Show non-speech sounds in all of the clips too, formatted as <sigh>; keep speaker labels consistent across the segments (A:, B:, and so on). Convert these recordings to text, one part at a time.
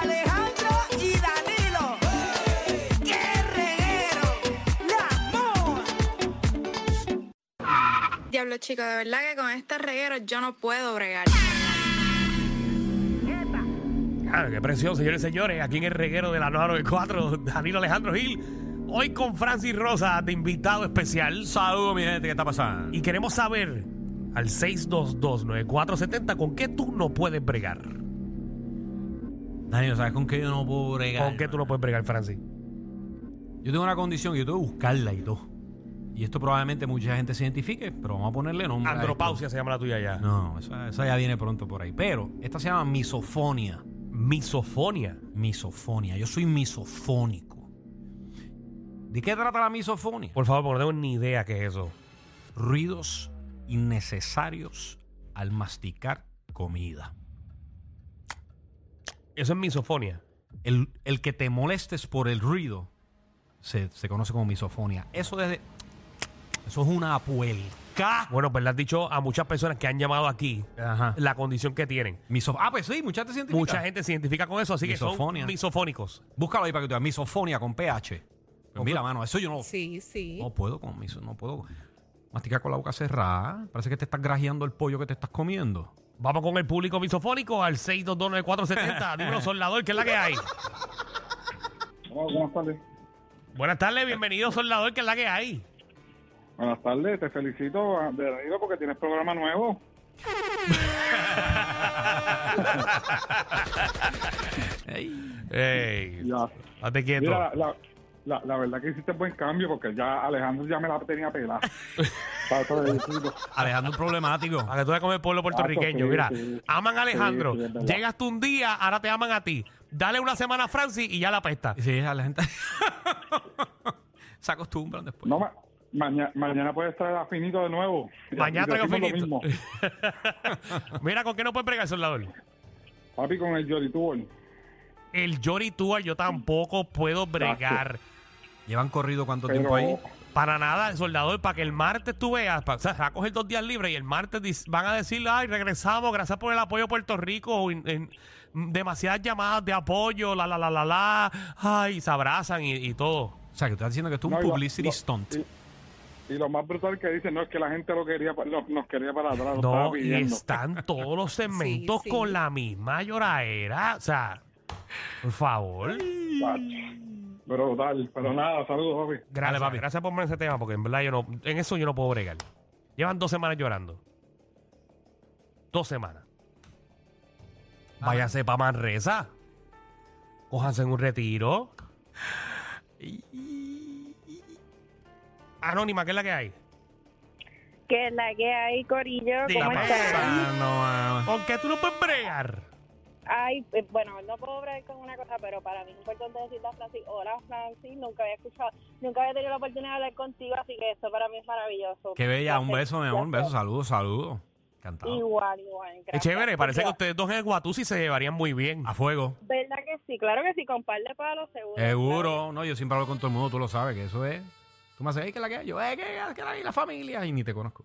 A: Alejandro y Danilo. ¡Qué reguero! ¡La moa!
B: Diablo chico, de verdad que con este reguero yo no puedo bregar.
C: Claro, qué presión, señores y señores. Aquí en el reguero de la 994, Danilo Alejandro Gil. Hoy con Francis Rosa, de invitado especial.
D: Saludos, mi gente, ¿qué está pasando?
C: Y queremos saber al 6229470 con qué tú no puedes bregar.
D: Daniel, ¿sabes con qué yo no puedo bregar?
C: ¿Con qué tú no puedes bregar, Francis?
D: Yo tengo una condición que yo tengo que buscarla y todo. Y esto probablemente mucha gente se identifique, pero vamos a ponerle nombre. a esto.
C: Andropausia se llama la tuya ya.
D: No, esa, esa ya viene pronto por ahí. Pero esta se llama misofonia.
C: Misofonia.
D: Misofonia. Yo soy misofónico. ¿De qué trata la misofonia?
C: Por favor, porque no tengo ni idea qué es eso.
D: Ruidos innecesarios al masticar comida.
C: Eso es misofonia.
D: el, el que te molestes por el ruido se, se conoce como misofonia. Eso desde. Eso es una puelca.
C: Bueno, pues le has dicho a muchas personas que han llamado aquí
D: Ah. Ajá.
C: la condición que tienen.
D: Misof- ah, pues sí, mucha gente científica.
C: Mucha gente se identifica con eso, así que
D: Misofonia.
C: son misofónicos.
D: Búscalo ahí para que tú veas. Misofonia con pH. Pues mira, mano, eso yo no.
E: Sí, sí.
D: No puedo con miso, no puedo masticar con la boca cerrada. Parece que te estás grajeando el pollo que te estás comiendo.
C: Vamos con el público misofónico al
D: <laughs>
C: 6229470. Dímelo, soldador, que es la que hay.
F: Hola, buenas tardes.
C: Buenas tardes, bienvenido, soldador, que es la que hay.
F: Buenas tardes, te felicito, Danilo, porque tienes programa nuevo.
C: Ey,
F: Ya.
C: date quieto.
F: Mira, la, la, la- la verdad que hiciste buen cambio porque ya Alejandro ya me la tenía
C: <laughs>
F: pelada. Para todo el equipo.
D: Alejandro problemático.
C: Para que tú veas como el pueblo puertorriqueño.
F: Ah, sí,
C: Mira,
F: sí.
C: aman a Alejandro.
F: Sí, sí, es verdad.
C: Llegas tú un día, ahora te aman a ti. Dale una semana a Francis y ya la pesta.
D: Sí, a la gente. <laughs> Se acostumbran después.
F: No, ma- maña- mañana puedes traer a Finito de nuevo.
C: Mañana
F: Y
C: traigo
F: decimos lo
C: finito.
F: mismo.
C: <laughs> Mira, ¿con qué no puedes bregar, soldador?
F: Papi, con el Jolly Tour.
C: El Jory Tour yo tampoco puedo bregar.
D: Llevan corrido cuánto tiempo ahí.
F: Pero
C: Para nada, soldador, para que el martes tú veas, pa- o sea, se va a coger dos días libres y el martes dis- van a decir, ay, regresamos, gracias por el apoyo a Puerto Rico, o en- en- demasiadas llamadas de apoyo, la, la, la, la, la, ay, se abrazan y, y todo.
D: O sea, que tú estás diciendo que esto es
F: No,
D: un
F: y lo-
D: publicity
F: lo-
D: stunt.
F: y- Y lo más brutal que dicen, no, es que la gente lo quería, pa- lo- nos quería para atrás. lo estaba
C: No, y
F: pidiendo.
C: están todos los segmentos
E: <laughs> Sí, sí.
C: con la misma lloradera, o sea, por favor.
F: Chacho. Pero brutal, pero nada, saludos, papi.
C: Gracias,
D: papi.
C: gracias por poner ese tema, porque en verdad yo no, en eso yo no puedo bregar. Llevan dos semanas llorando. Dos semanas. Ah. Váyase para Manresa. Cójanse en un retiro. Anónima, ¿qué es la que hay?
G: Que es la que hay, Corillo, ¿cómo
C: Dígame.
G: están?
D: Ah, no, ah.
C: ¿Con qué tú no puedes bregar?
G: Ay, eh, bueno, no puedo hablar con una cosa, pero para mí es importante decirle a Francis, hola Francis, nunca había escuchado, nunca había tenido la oportunidad de hablar contigo, así que esto para mí es maravilloso.
D: Qué bella, un
G: Gracias,
D: beso, mi amor. Un beso,
G: gracias.
D: saludos, saludos. Encantado.
G: Igual, igual. Gracias.
C: Es chévere, parece que
G: Porque,
C: ustedes dos en el Guatusi se llevarían muy bien.
D: A fuego.
G: ¿Verdad que sí? Claro que sí, con par de palos seguro.
D: Seguro, no, yo siempre hablo con todo el mundo, tú lo sabes, que eso es. Tú me haces, "Ey, ¿qué es la que hay? Yo, "Ey, ¿qué que la hay? La familia, y ni te conozco.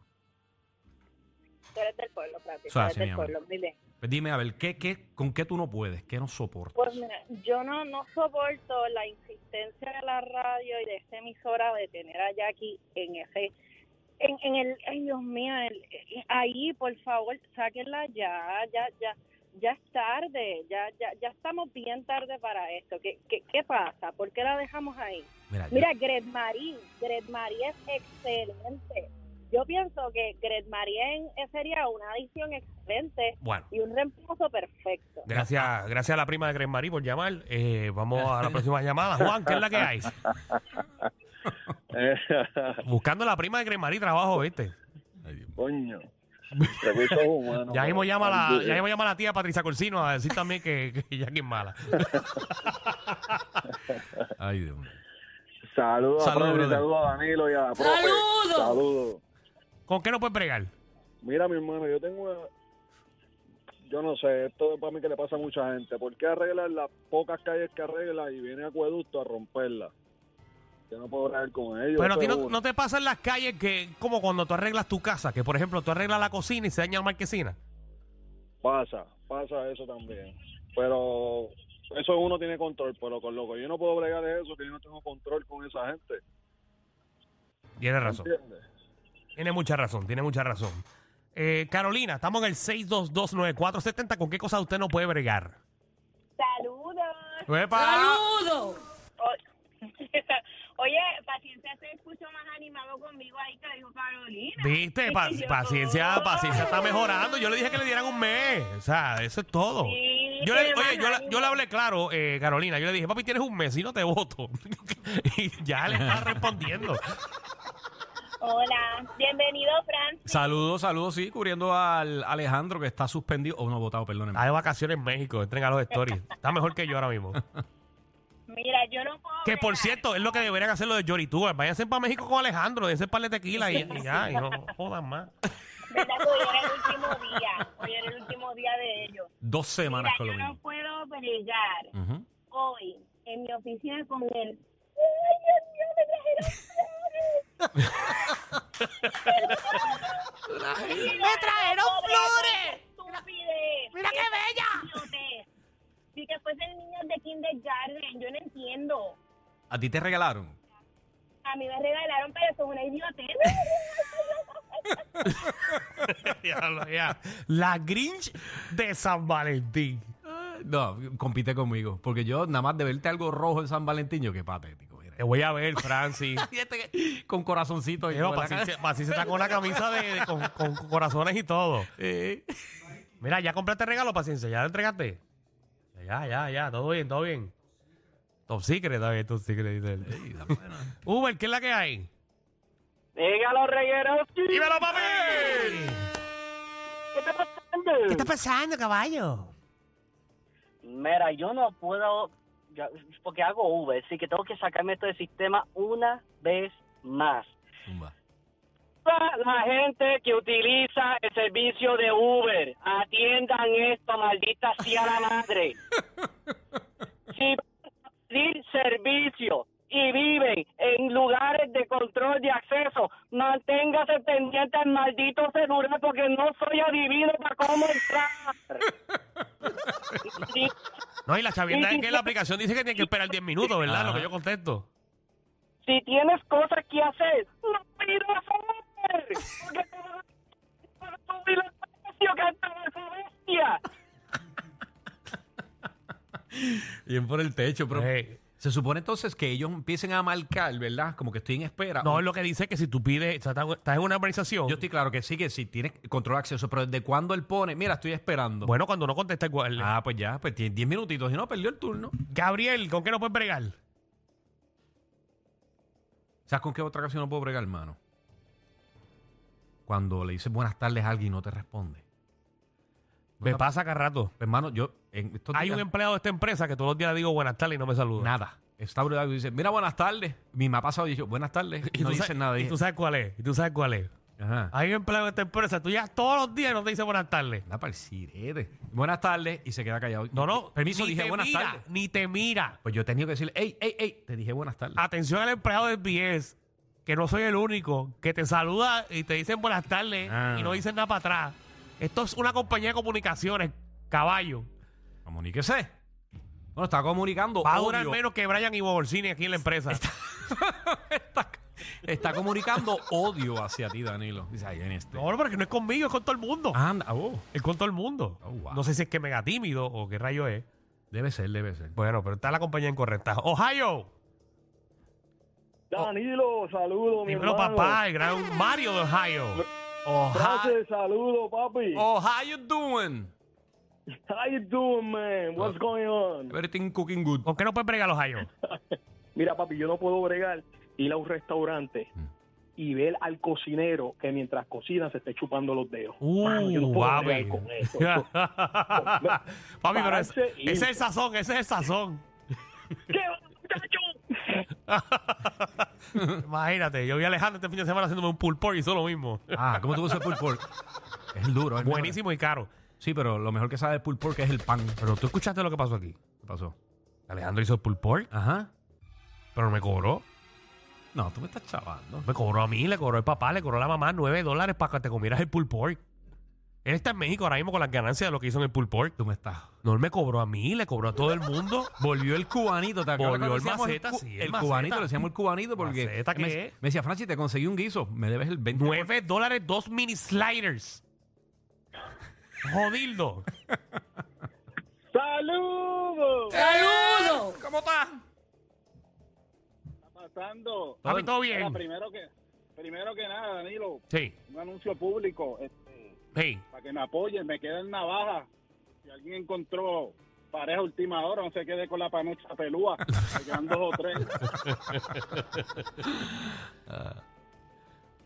G: Claro, Tú eres del pueblo, Francis,
D: Eso es
G: tú eres
D: así, mi
G: del
D: amor.
G: pueblo, muy bien.
D: Pues dime, a ver, ¿qué, qué, ¿con qué tú no puedes? ¿Qué no soportas?
G: Pues mira, yo no, no soporto la insistencia de la radio y de esta emisora de tener a Jackie en ese, en, en el, ay Dios mío, el- eh, ahí por favor, sáquenla ya, ya, ya, ya es tarde, ya, ya, ya estamos bien tarde para esto. ¿Qué, qué, qué pasa? ¿Por qué la dejamos ahí?
D: mira, yo-
G: Mira, Gret Marie, Gret Marie es excelente. Yo pienso que Gret Marien eh, sería una adición excelente
C: Bueno.
G: y un reemplazo perfecto.
C: Gracias, gracias a la prima de Gres Marí por llamar. Eh, vamos a la próxima llamada. Juan, ¿qué es la que hay?
E: Eh,
C: Buscando la prima de Gres Marí, trabajo, ¿viste?
E: Coño. Recursos humanos.
C: Ya mismo llama la, ya
E: Ay,
C: mismo llama la tía Patricia Corsino a decir también que, que Jackie es mala.
D: Ay, Dios mío.
E: Saludos
D: Saludos,
E: a, Fran,
D: brother.
E: saludos a Danilo y a la profe.
B: Saludos.
E: Saludos.
C: ¿Con qué no puedes bregar?
E: Mira, mi hermano, yo tengo. una- Yo no sé, esto es para mí que le pasa a mucha gente. ¿Por qué arreglan las pocas calles que arreglan y viene Acueducto a romperlas? Yo no puedo hablar con ellos.
C: Pero a
E: eso
C: ti
E: es
C: no,
E: uno.
C: no te pasa en las calles que, como cuando tú arreglas tu casa, que por ejemplo tú arreglas la cocina y se daña la marquesina.
E: Pasa, pasa eso también. Pero eso uno tiene control, pero con loco. Yo no puedo bregar de eso, que yo no tengo control con esa gente.
C: Tienes razón.
E: ¿Entiendes?
C: Tiene mucha razón, tiene mucha razón. Eh, Carolina, estamos en el 6229470. ¿Con qué cosa usted no puede bregar?
G: ¡Saludos!
C: ¡Epa!
G: <laughs> Oye, paciencia se escuchó más animado conmigo ahí que dijo Carolina.
C: Viste, Pa-
G: Sí, yo-
C: paciencia, paciencia está mejorando. Yo le dije que le dieran un mes. O sea, eso es todo.
G: Sí,
C: Yo le,
G: pero
C: oye, yo, la-
G: ánimo.
C: yo le hablé claro, eh, Carolina. Yo le dije, papi, tienes un mes y no te voto. <laughs> y ya le está respondiendo.
G: Hola, bienvenido, Fran.
D: Saludos, saludos, sí, cubriendo al Alejandro que está suspendido, o no votado, perdónenme.
C: Está de vacaciones en México. Entren a los stories. Está mejor que yo ahora mismo.
G: Mira, yo no puedo.
C: Que por
G: bregar.
C: cierto, es lo que deberían hacer los de Yoritour. Váyanse para México con Alejandro, dense para de tequila y, y ya, y no jodan más. <laughs>
G: ¿Verdad que hoy era el último día? Hoy era el último día de ellos.
D: Dos
G: Mira,
D: semanas con
G: yo
D: lo
G: no
D: mismo.
G: puedo bregar
D: Ujú.
G: hoy en mi oficina con él. ¡Ay, Dios mío, me trajeron flores! ¡Me trajeron flores! ¡Estupidez! ¡Mira qué bella! Si que fuesen niños de kindergarten, yo no entiendo.
D: ¿A ti te regalaron?
G: A mí me regalaron, pero eso es una idiotez.
C: Diablo, ya. La Grinch de San Valentín.
D: No, compite conmigo, porque yo nada más de verte algo rojo en San Valentín, yo qué patético. mira.
C: Te voy a ver, Francis.
D: Con corazoncito. y
C: Eva,
D: toda la
C: Paciencia,
D: cara.
C: Paciencia está con una camisa de, de- con, con corazones y todo.
D: Eh.
C: Mira, ya compraste regalo, Paciencia, ya lo entregaste. Ya, ya, ya, todo bien, todo bien. Top secret, está bien, top secret, dice él. Uber, ¿qué es la que hay?
H: Dígalo, regueros.
C: ¡Dímelo, papi!
H: ¿Qué está pasando?
C: pasando, caballo?
H: Mira, yo no puedo, ya- porque hago Uber, así que tengo que sacarme esto del sistema una vez más.
D: Zumba.
H: Toda La gente que utiliza el servicio de Uber, atiendan esto, maldita sea la madre. Si pedir servicio y viven en lugares de control de acceso, manténgase pendiente al maldito celular porque no soy adivino para cómo entrar. Maldito
C: No, y la chavienda es que la aplicación dice que tiene que esperar 10 minutos, ¿verdad? Lo que yo contesto.
H: Si tienes cosas que hacer, no pidas Uber. Porque te van a subir el precio que está esa bestia.
D: Bien por el techo, pero.
C: Eh,
D: Se supone entonces que ellos empiecen a marcar, ¿verdad? Como que estoy en espera.
C: no, es lo que dice que si tú pides, o sea, estás estás en una organización.
D: Yo estoy claro que sí, que sí, tienes control de acceso, pero ¿desde cuándo él pone? Mira, estoy esperando.
C: Bueno, cuando no contesta igual.
D: Ah, pues ya, pues tiene 10 minutitos y no perdió el turno.
C: Gabriel, ¿con qué no puedes bregar?
D: ¿Sabes con qué otra ocasión no puedo bregar, hermano? Cuando le dices buenas tardes a alguien y no te responde. Pues,
C: Me pasa cada rato.
D: Hermano, yo en estos
C: Hay
D: días-
C: un empleado de esta empresa que todos los días le digo buenas tardes y no me saluda.
D: nada. Está brutal y dice, mira, buenas tardes. Mi me ha pasado y dicho, buenas tardes. Y no
C: tú
D: dice
C: sabes-
D: nada.
C: <laughs> Y
D: dije,
C: tú Ah. sabes cuál es. Y tú sabes cuál es.
D: Ajá.
C: Hay un empleado de esta empresa. Tú ya todos los días y no te dice buenas tardes.
D: Anda pa'l sirete. Buenas tardes. Y se queda callado.
C: No, no.
D: Permiso,
C: ni
D: dije
C: te
D: buenas
C: mira,
D: tardes.
C: Ni te mira.
D: Pues yo he tenido que decirle, ey, ey, ey, te dije buenas tardes.
C: Atención al empleado de BS, que no soy el único, que te saluda y te dicen buenas tardes
D: Ah.
C: y no dicen nada para atrás. Esto es una compañía de comunicaciones, caballo.
D: Comuníquese. Bueno, estaba comunicando.
C: Va a
D: odio.
C: durar menos que Brian y Bobolsini aquí en la empresa.
D: <laughs> está, está comunicando odio hacia ti, Danilo. Dice, ay, en este.
C: No, porque no es conmigo, es con todo el mundo.
D: Anda, oh.
C: Es con todo el mundo.
D: Oh, wow.
C: No sé si es que mega tímido o qué rayo es.
D: Debe ser, debe ser.
C: Bueno, pero está la compañía incorrecta. Ohio.
E: Oh. Danilo, saludos, mi
C: Dímelo,
E: hermano.
C: papá, el gran Mario de Ohio. Ohio.
E: Gracias, saludos, papi.
D: Oh, how you doing?
E: How you doing, man? What's going on?
D: Everything cooking good.
C: ¿Con qué no puedes bregar Ohio?
I: Mira, papi, yo no puedo bregar ir a un restaurante y ver al cocinero que mientras cocina se esté chupando los dedos. Mano, yo no
C: Uh,
I: puedo
C: papi.
I: bregar
C: <laughs>
I: con eso.
C: Papi, pero es-
I: Pararse y-
C: ese es el sazón, ese es el sazón. <laughs>
I: ¿Qué, muchacho?
C: Imagínate, yo vi a Alejandro este fin de semana haciéndome un pull pork y hizo lo mismo.
D: Ah, ¿cómo tú usas pulled pork? Es el duro. es el mejor.
C: Buenísimo y caro.
D: Sí, pero lo mejor que sabe el pulled pork es el pan.
C: Pero tú escuchaste lo que pasó aquí.
D: ¿Qué pasó?
C: Alejandro hizo el pull pork,
D: Ajá.
C: pero no me cobró.
D: No, tú me estás chavando.
C: Me cobró a mí, le cobró el papá, le cobró a la mamá 9 dólares para que te comieras el pull pork. Él está en México ahora mismo con las ganancias de lo que hizo en el pull pork.
D: Tú me estás.
C: No, él me cobró a mí, le cobró a todo el mundo.
D: Volvió el cubanito, ¿te acuerdas? cuando
C: Volvió el
D: decíamos
C: maceta,
D: cu-
C: sí, el
D: El, cubanito,
C: maceta.
D: le decíamos el cubanito porque.
C: ¿Maceta
D: me,
C: qué?
D: me decía, Francis, te conseguí un guiso. Me debes el 20.
C: 9 dólares, dos mini sliders. Jodildo.
E: ¡Saludos!
D: ¿Cómo estás?
E: está pasando?
C: Papi, todo
E: Mira,
C: bien.
E: primero que, primero que nada, Danilo,
C: Sí,
E: un anuncio público este,
C: hey.
E: para que me apoyen. Me queda en navaja. Si alguien encontró pareja última hora, no se quede con la panocha
C: <laughs>
E: pelúa. Me quedan dos o tres.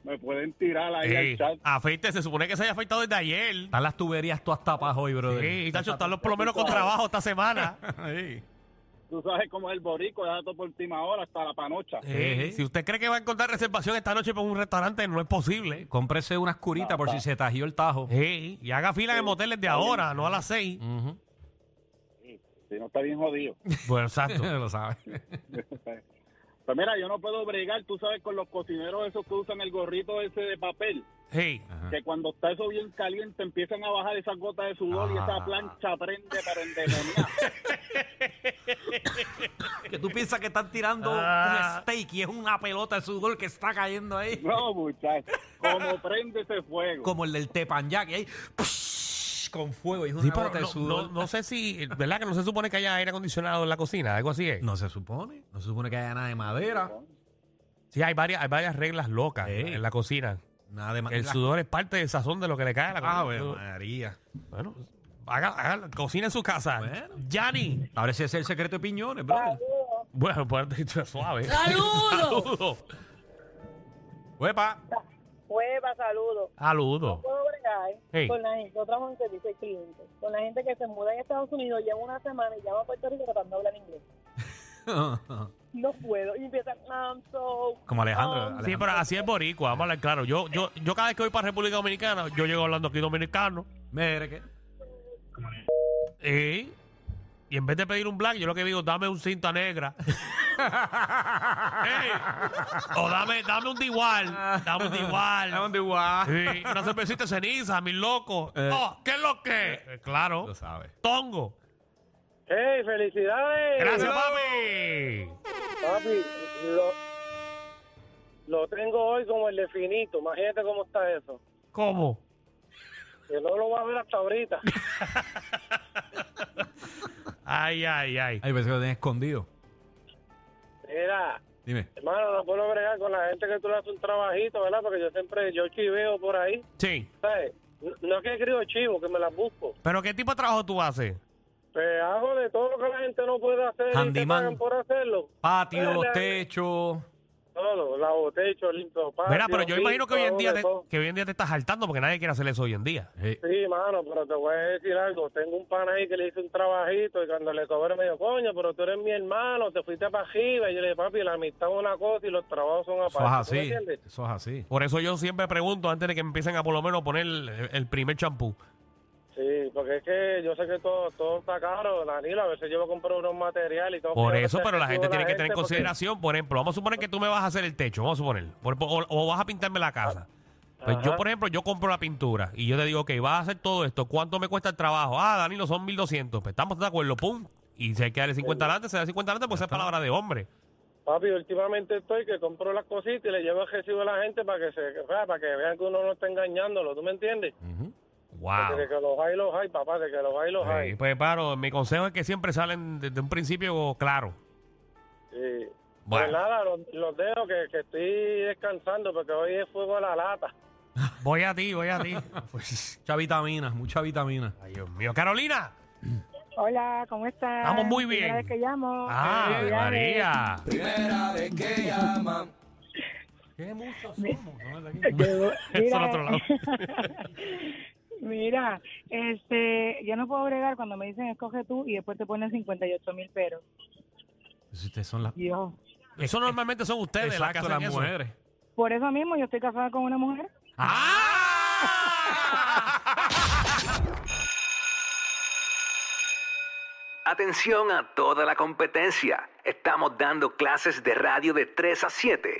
E: Me pueden tirar ahí al
C: Ah. Ey,
E: chat.
C: afeite, se supone que se haya afeitado desde ayer.
D: Están las tuberías todas tapas hoy, brother.
C: Sí, tacho, están los por lo menos con trabajo esta semana.
D: <laughs> Ahí.
E: Tú sabes cómo es el borico, ya todo por última hora, hasta la panocha.
C: Ey,
D: Ey.
C: Si usted cree que va a encontrar reservación esta noche por un restaurante, no es posible.
D: Cómprese unas curitas por si se tajió el tajo.
C: Ey, y haga fila en el motel desde ahora, no a las 6.
D: Ujú.
E: Si no está bien jodido.
C: Bueno, Pues,
D: <laughs>
C: exacto.
D: Lo sabes.
E: Pues mira, yo no puedo bregar, tú sabes, con los cocineros esos que usan el gorrito ese de papel,
C: Hey,
D: Ajá.
E: que cuando está eso bien caliente empiezan a bajar esas gotas de sudor y
C: Ah.
E: esa plancha prende para endemoniar.
D: Que tú piensas que están tirando
C: Ah.
D: un steak y es una pelota de sudor que está cayendo ahí.
E: no, muchachos,
C: <laughs>
E: como prende ese fuego.
D: Como el del tepanyac. Y ahí, psh, con fuego y es una
C: sí, pero
D: pelota de
C: no,
D: sudor.
C: no- no sé si, ¿verdad? Que no se supone que haya aire acondicionado en la cocina, algo así es.
D: No se supone. No se supone que haya nada de madera.
C: Sí, hay varias, hay varias reglas locas
D: Ey.
C: en la cocina.
D: Nada de madera.
C: El sudor es parte del sazón de lo que le cae a la
D: Ah,
C: comida.
D: bueno, María.
C: Bueno, haga, haga- cocina en su casa.
D: Bueno.
C: Yanni.
D: Ahora ese es el secreto de piñones, brother. <laughs>
C: Bueno, pues <laughs> dicho suave. ¡Saludos! ¡Saludos!
D: Huepa.
G: Hueva, saludos.
C: Saludos.
G: puedo bregar
C: Hey.
G: con la gente, otra vez que dice cliente, con la gente que se muda en Estados Unidos, lleva una semana y llama a Puerto Rico tratando de hablar inglés. No puedo. Y empiezan, I'm so...
D: Como Alejandro.
G: um,
C: Sí,
D: Alejandro.
C: pero así es boricua, vamos a hablar claro. Yo, yo, yo cada vez que voy para República Dominicana, yo llego hablando aquí dominicano.
D: Mire que.
C: ¿eh? Y en vez de pedir un black, yo lo que digo, dame un
D: <laughs>
C: cinta negra. ¿eh? O dame, dame un digual. Dame un
D: <laughs>
C: digual.
D: Estamos de
C: <laughs>
D: guau.
C: ¿eh? Una cervecita de ceniza, mi loco.
D: Eh.
C: Oh, ¿Qué es lo que? Eh, claro.
D: Lo sabes.
C: Tongo.
E: ¡Hey, felicidades!
C: Gracias, papi.
E: Papi, lo, lo tengo hoy como el definito, imagínate cómo está eso.
C: ¿Cómo?
E: Que no lo va a ver
C: <laughs>
E: hasta ahorita.
C: Ay, ay, ay.
D: Ay, pensé que lo tenía escondido.
E: Mira,
D: Dime.
E: hermano, no puedo bregar con la gente que tú le haces un trabajito, ¿verdad? Porque yo siempre, yo chiveo por ahí.
C: Sí.
E: ¿sabes? No- No es que escribo chivo, que me las busco.
C: ¿Pero qué tipo de trabajo tú haces?
E: Pues hago de todo lo que la gente no puede hacer y te
D: Handyman.
E: pagan por hacerlo.
D: Patio,
E: Hola.
D: techo.
E: Todo, lavo, techo, limpio, patio.
C: Mira, pero yo imagino que hoy en
E: hago
C: día
E: Ah, de
C: te,
E: todo.
C: que hoy en día te estás saltando porque nadie quiere hacer eso hoy en día.
D: Hey.
E: Sí, mano, pero te voy a decir algo. Tengo un pan ahí que le hice un trabajito y cuando le cobré me dijo, coño, pero tú eres mi hermano, te fuiste para arriba. Y yo le dije, papi, la amistad es una cosa y los trabajos son aparte.
D: Eso es
E: ¿Tú
D: así.
E: me entiendes?
D: Eso es así.
C: Por eso yo siempre pregunto antes de que me empiecen a por lo menos poner el, el primer champú.
E: Sí, porque es que yo sé que todo, todo está caro, Danilo. A veces yo voy a comprar unos materiales y todo.
C: Por eso, pero la gente tiene que tener en
E: porque-
C: consideración, por ejemplo, vamos a suponer que tú me vas a hacer el techo, vamos a suponer, por- o, o vas a pintarme la casa. Pues yo,
E: Ajá.
C: por ejemplo, yo compro la pintura y yo te digo, ok, vas a hacer todo esto, ¿cuánto me cuesta el trabajo? Ah, Danilo, son 1200, pues estamos de acuerdo, pum. Y si hay que darle 50 adelante, se da 50 adelante, pues esa es palabra de hombre.
E: Papi, últimamente estoy que compro las cositas y le llevo el recibo a la gente para que se vea, para que vean que uno no está engañándolo, ¿tú me entiendes?
C: Wow.
E: De que los hay, los hay, papá, de que los hay, los hay.
C: Ah. Sí, pues claro, mi consejo es que siempre salen desde un principio claro.
E: Sí.
C: Bueno.
E: Pues nada, los, los dejo que, que estoy descansando porque hoy es fuego a la lata.
C: Voy a ti, voy a
E: <laughs>
C: ti.
D: Pues, mucha vitamina, mucha vitamina.
C: Ay, Dios mío. Carolina.
G: Hola, ¿cómo estás?
C: Estamos muy bien.
G: Primera vez que llamo.
C: Ah, Ave
G: Felicidades.
C: María.
J: Primera vez que llaman.
D: Qué muchos
G: Yo-
D: Eso al
G: mira,
D: otro lado.
G: Mira, este, yo no puedo bregar cuando me dicen escoge tú y después te ponen 58 mil peros.
D: Si ustedes son las,
G: Yo,
C: Eso normalmente son ustedes las que
D: Exacto,
C: hacen
D: las
C: eso.
D: mujeres.
G: por eso mismo yo estoy casada con una mujer.
K: Atención a toda la competencia. Estamos dando clases de radio de 3 a 7.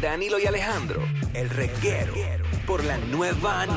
K: Danilo y Alejandro, el reguero, por la nueva